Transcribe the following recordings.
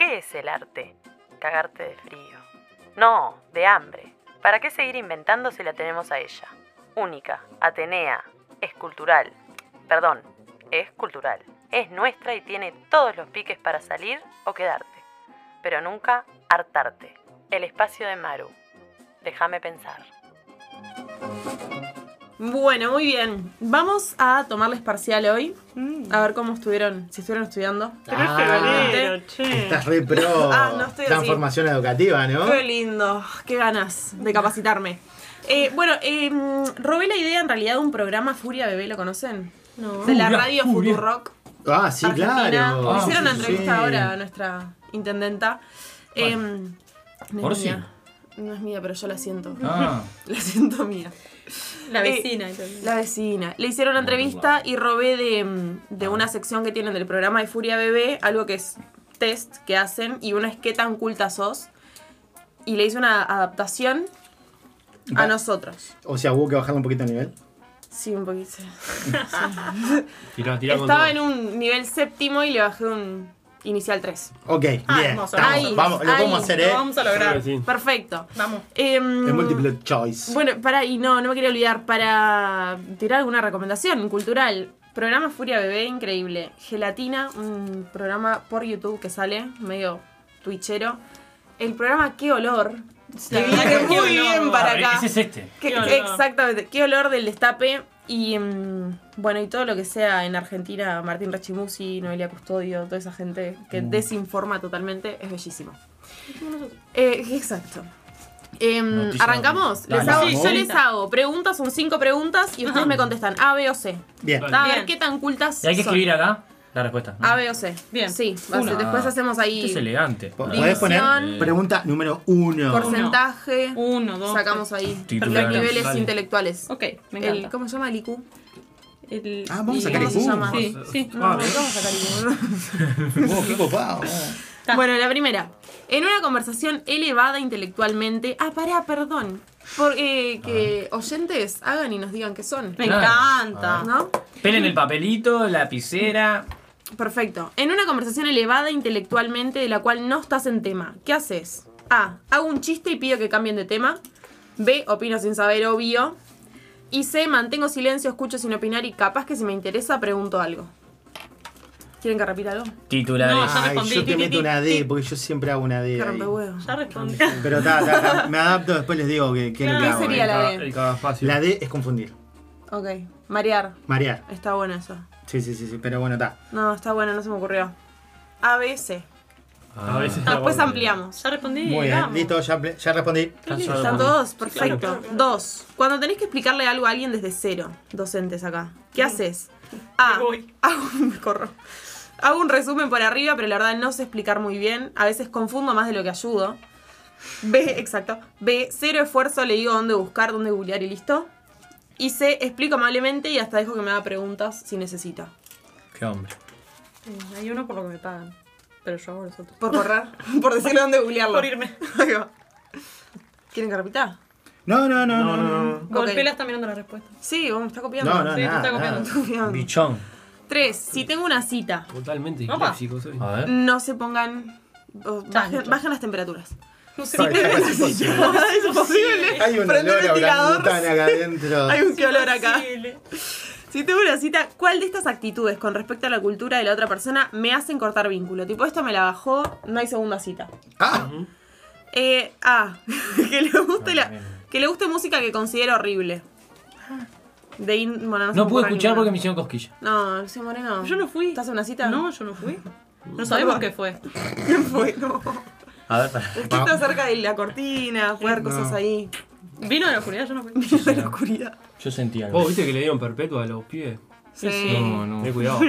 es el arte? Cagarte de frío. No, de hambre. ¿Para qué seguir inventando si la tenemos a ella? Única, Atenea, es cultural. Perdón, es cultural. Es nuestra y tiene todos los piques para salir o quedarte. Pero nunca hartarte. El espacio de Maru. Déjame pensar. Bueno, muy bien. Vamos a tomarles parcial hoy. A ver cómo estuvieron, si estuvieron estudiando. Pero es febrero, che. Ah, Estás re pro. Ah, no estoy así. Transformación educativa, ¿no? Qué lindo, qué ganas de capacitarme. Eh, bueno, eh, robé la idea en realidad de un programa Furia Bebé, ¿lo conocen? No. De la Furia, radio Furia. Futurock. Ah, sí, Argentina. claro. Le Ah, hicieron una Sí, sí, entrevista sí. ahora a nuestra intendenta. Vale. Eh, no Ahora es sí. mía. No es mía, pero yo la siento. Ah, La siento mía. La Eh, vecina. yo- La vecina. Le hicieron una entrevista y robé de, mm, de una sección que tienen del programa de Furia Bebé, algo que es test que hacen, y una es qué tan culta sos. Y le hice una adaptación a Va. nosotros. O sea, hubo que bajarle un poquito el nivel. Sí, un poquito. tirá, tirá con Estaba todo. en un nivel séptimo y le bajé un inicial 3. Ok, Ah, bien. hermoso. estamos. Ahí, vamos, lo ahí, podemos hacer, ¿eh? Lo vamos a lograr. Sí, sí. Perfecto. Vamos. Em, Es múltiple choice. Bueno, para, y no, no me quería olvidar, para tirar alguna recomendación cultural. Programa Furia Bebé, increíble. Gelatina, un programa por YouTube que sale, medio twitchero. El programa Qué Olor, que verdad viene que muy Qué Olor. bien para Ah, acá. Ese es este. Qué- Qué Olor. exactamente, Qué Olor del Destape. Y mm, bueno, y todo lo que sea en Argentina, Martín Rechimusi, Noelia Custodio, toda esa gente que Mm. desinforma totalmente, es bellísimo. Eh, exacto. Em, Noticias. arrancamos. Dale, Les hago- sí, yo sí. les hago preguntas, son cinco preguntas y ustedes me contestan A, B o C. bien. Dale. A ver Ah. Bien. qué tan cultas Y hay que son. escribir acá la respuesta. ¿no? A, B o C. Bien. Sí, va a ser- Una. después hacemos Esto Este es E. ahí elegante. ¿Puedes poner División. pregunta número uno? porcentaje. Uno, dos. Sacamos ahí Titulares. los niveles Dale. intelectuales. tres. Ok, me El, encanta. ¿Cómo se llama el IQ? El- Ah, vamos a y- sacar ¿Cómo se el cubo. llama? Sí, sí. No, no, ¿cómo sacar IQ? Oh, qué copado. Ta. Bueno, la primera. En una conversación elevada intelectualmente. Ah, pará, perdón. Por, eh, que oyentes hagan y nos digan qué son. Me Claro. encanta. ¿No? Eh, Pelen el papelito, lapicera. Perfecto. En una conversación elevada intelectualmente de la cual no estás en tema, ¿qué haces? A. Hago un chiste y pido que cambien de tema. B. Opino sin saber, obvio. Y C. Mantengo silencio, escucho sin opinar y capaz que si me interesa pregunto algo. ¿Quieren que repita algo? Titulares. No, ya Ay, respondí. yo te Ti, meto ti, una D ti. porque yo siempre hago una D. Que ahí. rompe huevos. Ya respondí. Pero ta, ta, ta, me adapto, después les digo que, que es lo que ¿Qué hago, sería eh. la El D? cada espacio. La D es confundir. Ok. Marear. Marear. Está bueno eso. Sí, sí, sí, sí. Pero bueno, está. No, está bueno, no se me ocurrió. ABC. A veces. Ah, Después ampliamos. Ya respondí. Muy bien, vamos. listo, ya, ple- ya respondí. ¿Están todos? Perfecto. Dos. Cuando tenés que explicarle algo a alguien desde cero, docentes acá, ¿qué haces? A. Me voy. Hago, me corro. Hago un resumen por arriba, pero la verdad no sé explicar muy bien. A veces confundo más de lo que ayudo. B, exacto. B, cero esfuerzo, le digo dónde buscar, dónde googlear y listo. Y C, explico amablemente y hasta dejo que me haga preguntas si necesita. Qué hombre. Eh, Hay uno por lo que me pagan. Pero yo hago los otros. Por correr, por decirle dónde googlearlo. Por irme. Ahí va. ¿Quieren que repita? No, no, no, no. No, no, Golpela está mirando la respuesta. Sí, vos me está copiando. no, no Sí, te nada, está copiando. nada. Copiando. Bichón. Tres, si tengo una cita, Totalmente Opa. disléxico soy. A ver. no se pongan. o Bajen, Tanto. bajen las temperaturas. No sé. Ay, capaz es posible. Es imposible. Hay un Prende olor el a ventilador. orangután acá adentro. Hay un que olor acá. Imposible. Si tengo una cita, ¿cuál de estas actitudes con respecto a la cultura de la otra persona me hacen cortar vínculo? Tipo, esto me la bajó, no hay segunda cita. Ah, Eh, A. que, le guste la, que le guste música que considero horrible. De in- bueno, se No me pude ocurre escuchar ninguna. porque me hicieron cosquilla. No, Lucía Moreno. Yo no fui. ¿Estás en una cita? No, yo no fui. No sabemos qué fue. no fue, no. A ver, para. Es que está cerca de la cortina, jugar cosas ahí. Vino de la oscuridad, yo no fui. De la oscuridad. Yo sentí algo. Vos viste que le dieron perpetua a los pibes. Sí. No, no. Ten cuidado.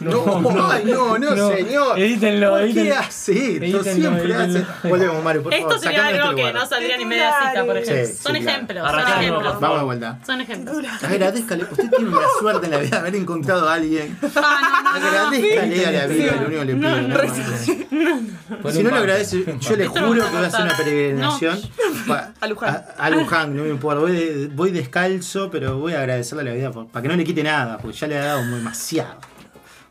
no, ay, no, no, señor. Edítenlo, ¿Por qué edítenlo. hace esto? edítenlo, Siempre hace. edítenlo. Volvemos, Mario, por favor. Esto sería sacame de algo este que lugar. no saldría ni media cita, por Sí, ejemplo. sí, son claro. ejemplos, son Arrancamos, ejemplos. Vamos de vuelta. Son ejemplos. Agradezcale, usted tiene una suerte en la vida de haber encontrado a alguien. Ah, no, no, no. Agradezcale a la vida, lo único que le pido. nada más. Fue Pues Si un no lo parque. agradece, yo le Esto lo juro vas a que voy a hacer una cortar. peregrinación. pa- A Luján. A, a Luján, no me importa. Voy, de- voy descalzo, pero voy a agradecerle a la vida por- para que no le quite nada, porque ya le ha dado muy demasiado.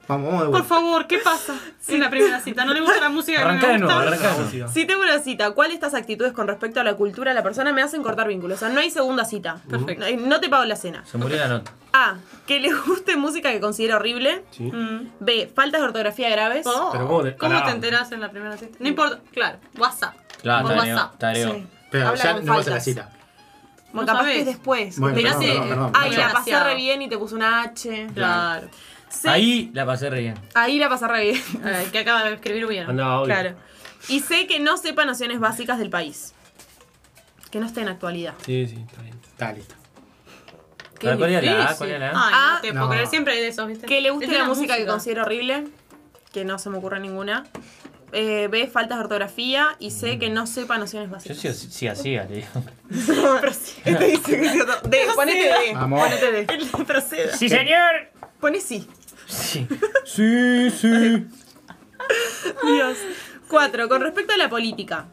Vamos, vamos de Por vuelta. favor, ¿qué pasa? En la primera cita, no le gusta la música. que a mí Arrancá me de nuevo, gusta? arrancá de nuevo. Si tengo una cita, ¿cuál de estas actitudes con respecto a la cultura de la persona me hacen cortar vínculos? O sea, no hay segunda cita. Perfecto. No, no te pago la cena. Se murió la nota. A. Que le guste música que considero horrible. Sí. Mm. B. Faltas de ortografía graves. Oh, Pero ¿cómo, ¿cómo te, te- pará. enterás en la primera cita? No importa, claro, WhatsApp. Claro, Por tareo, WhatsApp. tareo. Sí. Pero Habla ya con no vas a la faltas. cita. Bueno, No capaz sabés. que es después. Bueno, Mirá perdón, si- perdón, perdón. Ay, la Demasiado. pasé re bien y te puso una H. Claro. C. Ahí la pasé re bien. Ahí la pasé re bien. Ay, Ah, que acaba de escribir Ah, bien. Andaba obvio. Claro. Y sé que no sepa nociones básicas del país. Que no esté en actualidad. Sí, sí, está bien. Está listo. A ver, ¿Cuál era la A? Difícil. ¿Cuál era la A? Ay, Ah, no te puedo no. creer, siempre hay de esos, ¿viste? Que le guste Es la, una música, que considero horrible. Que no se me ocurre ninguna. Eh, B, faltas de ortografía. Y C, que no sepa nociones Yo básicas. sí, sí hacía, le digo. Pero sí, te dice que sí. o no. D, ponete D. Vamos. Ponete D. Proceda. ¡Sí, señor! Pone sí. Sí. Sí, sí. Dios. Cuatro, con respecto a la política.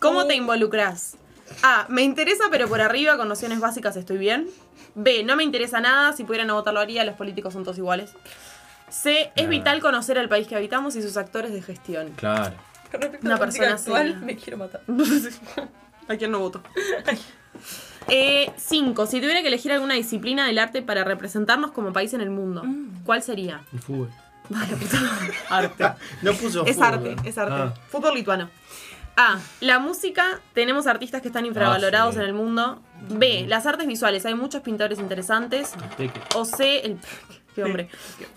¿Cómo te involucras? A, me interesa pero por arriba, con nociones básicas estoy bien. B, no me interesa nada, si pudiera no votar lo haría, los políticos son todos iguales. C, es Ah. vital conocer al país que habitamos y sus actores de gestión. Claro. Con respecto Una a la música persona actual, seria. me quiero matar. ¿A quién no voto? Eh, cinco, si tuviera que elegir alguna disciplina del arte para representarnos como país en el mundo, Mm. ¿cuál sería? El fútbol. Arte. No Oh, puso Es fútbol. arte, es arte. Ah. Fútbol lituano. A. La música, tenemos artistas que están infravalorados Ah, sí. en el mundo. B. Las artes visuales, hay muchos pintores interesantes. Peque. O C. El... Qué hombre.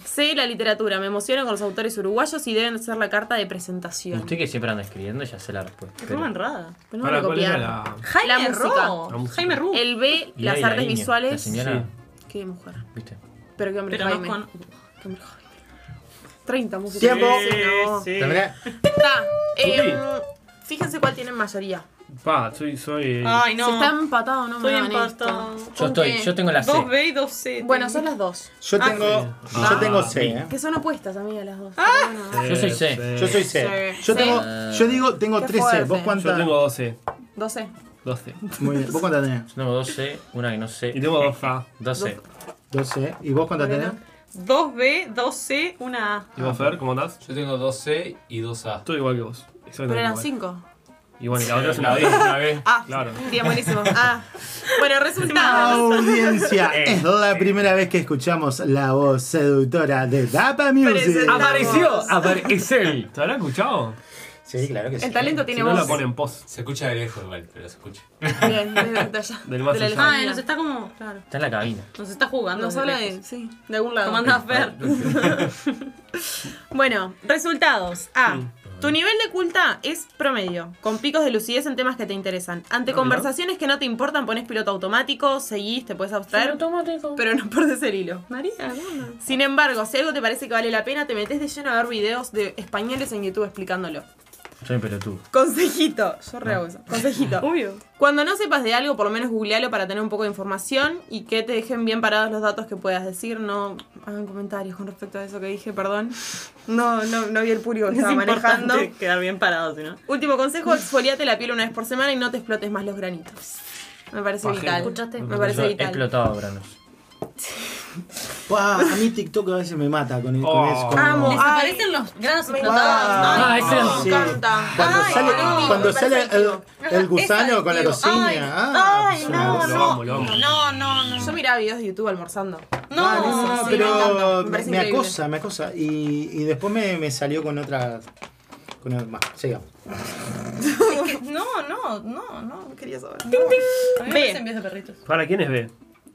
C. La literatura, me emociona con los autores uruguayos y deben ser la carta de presentación. Usted que siempre anda escribiendo, ya sé la respuesta. Roma Enrada. Pero no me Ahora, lo ¿cuál era copiaron. la...? La Jaime música. La Ro. música. Jaime Ru. El B. Y las ahí la artes niña, La visuales. Ah. señora, Qué mujer. viste. Pero qué hombre, Pero no Jaime. con... Qué hombre, Jaime. 30 músicas. Tiempo. No. Sí. Terminé. Está. Eh, Sí. fíjense cuál tienen mayoría. Pa, soy... soy eh, Ay, Si no. está empatado, no Estoy me hagan esto. empatado. Yo estoy, yo tengo la C. Dos B y dos C. Bueno, son las dos. Yo Ah, tengo, sí. yo Ah, tengo C, ¿eh? Que son opuestas, amiga, las dos. Pero eh, bueno, Yo soy C. Yo soy C. Sí. Yo tengo, Sí. yo digo, tengo Qué 3 C. fuerte. ¿Vos Yo cuántas? tengo 12. 12. 12. Muy bien. ¿Vos cuántas tenés? Yo tengo dos C, una que no sé. Y tengo 2 K. Dos C. 12. ¿Y vos cuántas tenés? Dos B, dos C, una A. ¿Y vos, Fer, cómo andás? Yo tengo 2C y 2A. Estoy igual que vos. Exactamente Pero eran igual. 5. Y bueno, y la otra es una B, B. una B. Ah, Claro. bien, buenísimo. Ah. Bueno, resultados. Audiencia, es la primera vez que escuchamos la voz seductora de Dapa Music. Presentamos. Apare- es él. ¿Te habrá escuchado? Sí, claro que sí. El talento tiene Si no la voz. ponen post. Se escucha de lejos igual, pero se escucha. Bien, desde de allá. Del más de la allá. Ay, lejanía. nos está como... Claro. Está en la cabina. Ah, Nos está jugando. Nos desde habla lejos. de. Sí, de algún lado. ¿Cómo andás, Fer? Bueno, resultados. A. Ah, Tu nivel de culta es promedio, con picos de lucidez en temas que te interesan. Ante Ah, conversaciones que no te importan, pones piloto automático, seguís, te puedes abstraer, pero no perdés el hilo. María, ¿cómo? Sin embargo, si algo te parece que vale la pena, te metes de lleno a ver videos de españoles en YouTube explicándolo. Soy un pelotudo. Consejito. Yo re hago eso. Consejito. Obvio. Cuando no sepas de algo, por lo menos googlealo para tener un poco de información y que te dejen bien parados los datos que puedas decir. No hagan comentarios con respecto a eso que dije, perdón. No, no, no vi el público que Es estaba importante manejando. quedar bien parado, si no. Último consejo, exfoliate la piel una vez por semana y no te explotes más los granitos. Me parece Bajé. vital. ¿Escuchaste? Me parece Yo he vital. explotado granos. Pa, a mí TikTok a veces me mata con, el, con Oh. eso. con- Amo. Les Ay. aparecen los granos explotados. Pa. Ay, ese Ah, Sí. me encanta. Cuando Ay, sale, no, cuando me sale parece el, adictivo. el gusano con la cocina. cocina. Ay, ah, ay, absurdo. no, Lo no. amo, lo amo. No, no, no. Yo miraba videos de YouTube almorzando. No, Ah, no, sí, pero me encanta, me me, parece me increíble. acosa, me acosa. Y, y después me, me salió con otra. Con otra- bah, sigamos. es que- no, no, no, no. Quería saber. A mí Ve. me hacen videos de perritos. ¿Para quién es B?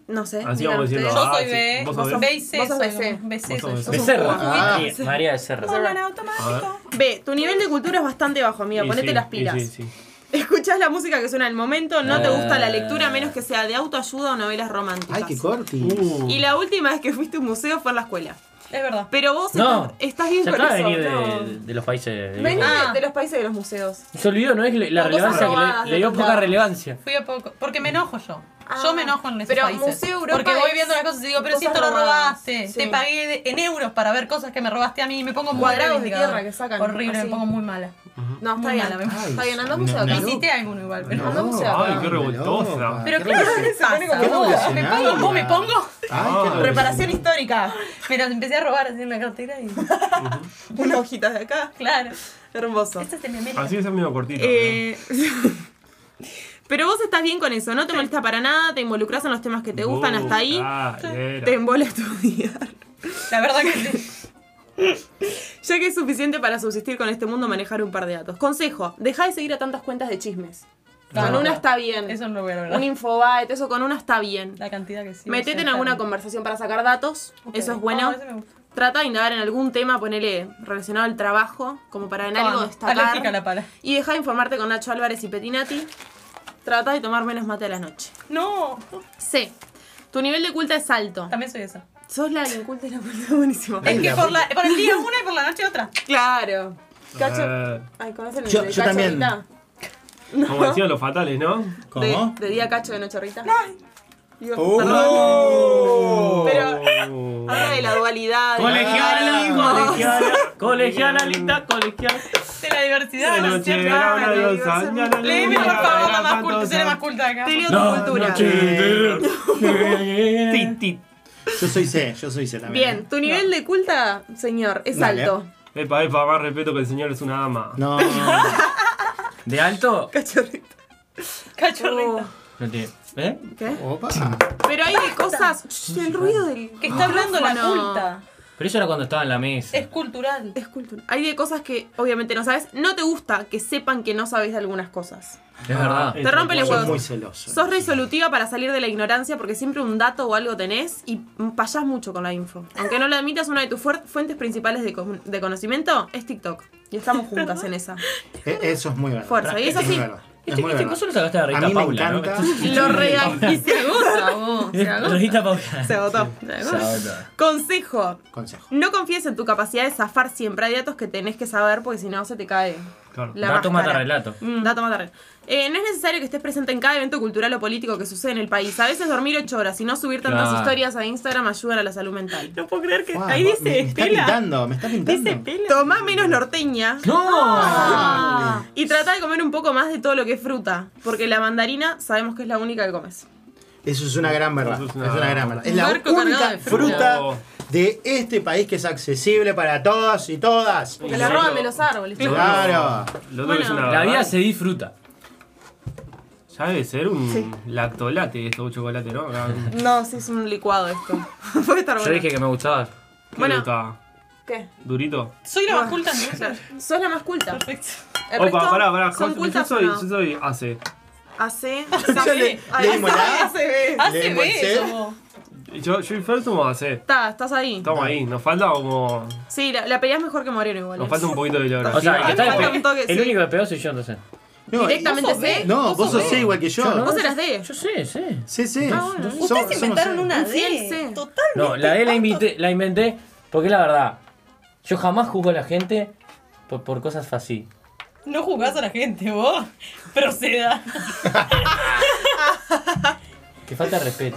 No sé. Así miran vamos diciendo. ustedes. Yo Ah, soy sí. B, Vos sos sos B. B. B y C Vos sos soy, BC. un BC soy Vos sos yo. BC. Becerra. Ah. María, María Becerra. Hablan automático. B, tu nivel de cultura es bastante bajo, amiga. Y Ponete sí, las y pilas. Sí, sí. Escuchás la música que suena en el momento, no te Eh. gusta la lectura, a menos que sea de autoayuda o novelas románticas. Ay, qué corti. Uh. y la última vez que fuiste a un museo fue en la escuela. Es verdad. Pero vos No. estás, estás bien Se con acaba de eso. venir no. de, de los países. de- Vení Ah. de los países de los museos. Se olvidó, ¿no? Es la Son relevancia cosas que robadas le, de le dio otros poca lados. relevancia. Fui a poco. Porque me enojo yo. Yo me enojo en esos Ah, Pero países. Museo Europa porque voy es viendo las cosas y digo, pero si cosas esto lo robadas, robaste, sí. te pagué de- en euros para ver cosas que me robaste a mí, me pongo muy Cuadrados mal de en el indicador. tierra que sacan, Horrible, así. me pongo muy mala. No, está Muy bien. mala, me- Está bien, anda a Ay, museo. no, acá. no. Visité alguno igual, pero. No, no, museo. Ay, qué revoltosa. Pero creo que claro, sí. ¿qué pasa? como boludo? me revolucionaria. pongo, vos me pongo. Ay, Ah. qué revolucionaria. Reparación histórica. Pero empecé a robar así en la cartera y. Una hojita de acá. Claro. Hermoso. Esta se me mete. ¿Ah, Así es el medio cortito. Eh, pero vos estás bien con eso, no te molesta para nada, te involucras en los temas que te Uh, ¿no? gustan hasta ahí, Ah, era. te embola estudiar. La verdad que sí. Ya que es suficiente para subsistir con este mundo, manejar un par de datos. Consejo, deja de seguir a tantas cuentas de chismes. No, con no. una está bien. Eso no lo voy a un lograr. infobae, eso con una está bien. La cantidad que sí. Metete en alguna conversación para sacar datos, eso Ah, es bueno. Trata de indagar en algún tema, ponele relacionado al trabajo, como para en algo Alérgica destacar. a la pala. Y deja de informarte con Nacho Álvarez y Petinati. Trata de tomar menos mate a la noche. No. C. Tu nivel de culta es alto. También soy esa. Sos la bien culta y la culta buenísimo. Ay, Es que la por, puta. la, por el día una y por la noche otra. Claro. Cacho. Eh, Ay, ¿conocen el Yo- de yo Cacho también. Rita? Como decían los fatales, ¿no? ¿Cómo? Ah, De, de día Cacho de Noche Rita. Dios, ¡Oh! Pero Uh. habla de la dualidad. de- Oh, Colegiala, colegiala, colegiala, linda, colegiala. De la diversidad. De ¿no es noche cierto? era una Ay, diosa. Dios. ya la Leeme por luna favor era la más culta. fantosa. Soy la más culta de acá. Te leo tu No, cultura. noche. Ti, ti. Yo soy C, yo soy C también. Bien, tu nivel de culta, señor, es Dale. alto. Epa, epa, más respeto que el señor es una ama. No, ¿De alto? Cachorrita. Cachorrita. Oh. No tiene- ¿Eh? ¿Qué? opa. Pero hay de cosas. Shh, el ruido del. Que está hablando la micrófono. culta. Pero eso era cuando estaba en la mesa. Es cultural. Es cultura. Hay de cosas que obviamente no sabes. No te gusta que sepan que no sabes de algunas cosas. Es Ah, Ah, verdad. Te rompe los Soy huevos. muy celoso. Sos resolutiva para salir de la ignorancia porque siempre un dato o algo tenés y payás mucho con la info. Aunque no lo admitas, una de tus fuer- fuentes principales de, con- de conocimiento es TikTok. Y estamos juntas en esa. E- Eso es muy verdad. Fuerza, y eso es muy sí. verdad. Es Este, muy este verdad. coso lo sacaste de Rita A mí me Paula, ¿no? encanta. Lo real. Y se agotó. Se agotó. Rita Paula. Se agotó. Sabota. Consejo. Consejo. No confíes en tu capacidad de zafar siempre. Hay datos que tenés que saber porque si no se te cae Claro. la Dato mata máscara. relato. Mm, Dato mata relato. Eh, no es necesario que estés presente en cada evento cultural o político que sucede en el país. A veces dormir ocho horas y no subir tantas Claro. historias a Instagram ayudan a la salud mental. No puedo creer que. Guau, ahí me- dice me, está Estela. pintando, me está pintando. Dice Pela. Tomá menos norteña. Ah. ¡No! Y trata de comer un poco más de todo lo que es fruta. Porque la mandarina sabemos que es la única que comes. Eso es una gran verdad. Eso Es es una, una- gran verdad. Es Un la barco cargado única de fruta fruta. de este país que es accesible para todos y todas. Porque la roban de los árboles. Lo otro- Claro. Lo otro Bueno. es una La vida verdad. se disfruta. Ya debe ser un lactolate esto, un chocolate, ¿no? Acá, ¿qué No, sí es un licuado esto. Puede estar Yo bueno. dije que me gustaba. le Bueno. gustaba? ¿Qué? ¿Durito? Soy la más culta entonces. Sos la más culta. Perfecto. El Opa, resto pará, pará. Son yo- yo, cultas o soy, no? yo soy AC. AC, Ya le- le dimos la A. ACB. Hace Lemo, ¿sí? beso. Yo, yo y Fer somos AC. Está, estás ahí. Estamos ahí. Nos falta como... Sí, la, la peleás mejor que Moreno igual. Nos ¿eh? falta un poquito de logro. O sea, el que Ah, está me falta despe- un toque, El sí. único que pegó soy yo, entonces. No, ¿Directamente ¿Vos sos C? B? No, vos sos B. C igual que yo. Yo no. ¿Vos eras D? Yo sé, sé. Sí, sí. Ah, bueno. So- Ustedes somos inventaron C. una Un fiel D. C. Total. No, la D la, invité- la inventé porque es la verdad. Yo jamás juzgo a la gente por, por cosas así. No juzgás a la gente, vos. Proceda. Que falta de respeto.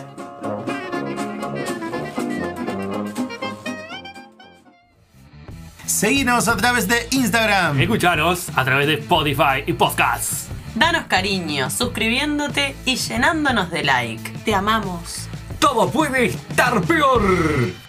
Seguinos a través de Instagram. Escucharos a través de Spotify y Podcast. Danos cariño, suscribiéndote y llenándonos de like. Te amamos. Todo puede estar peor.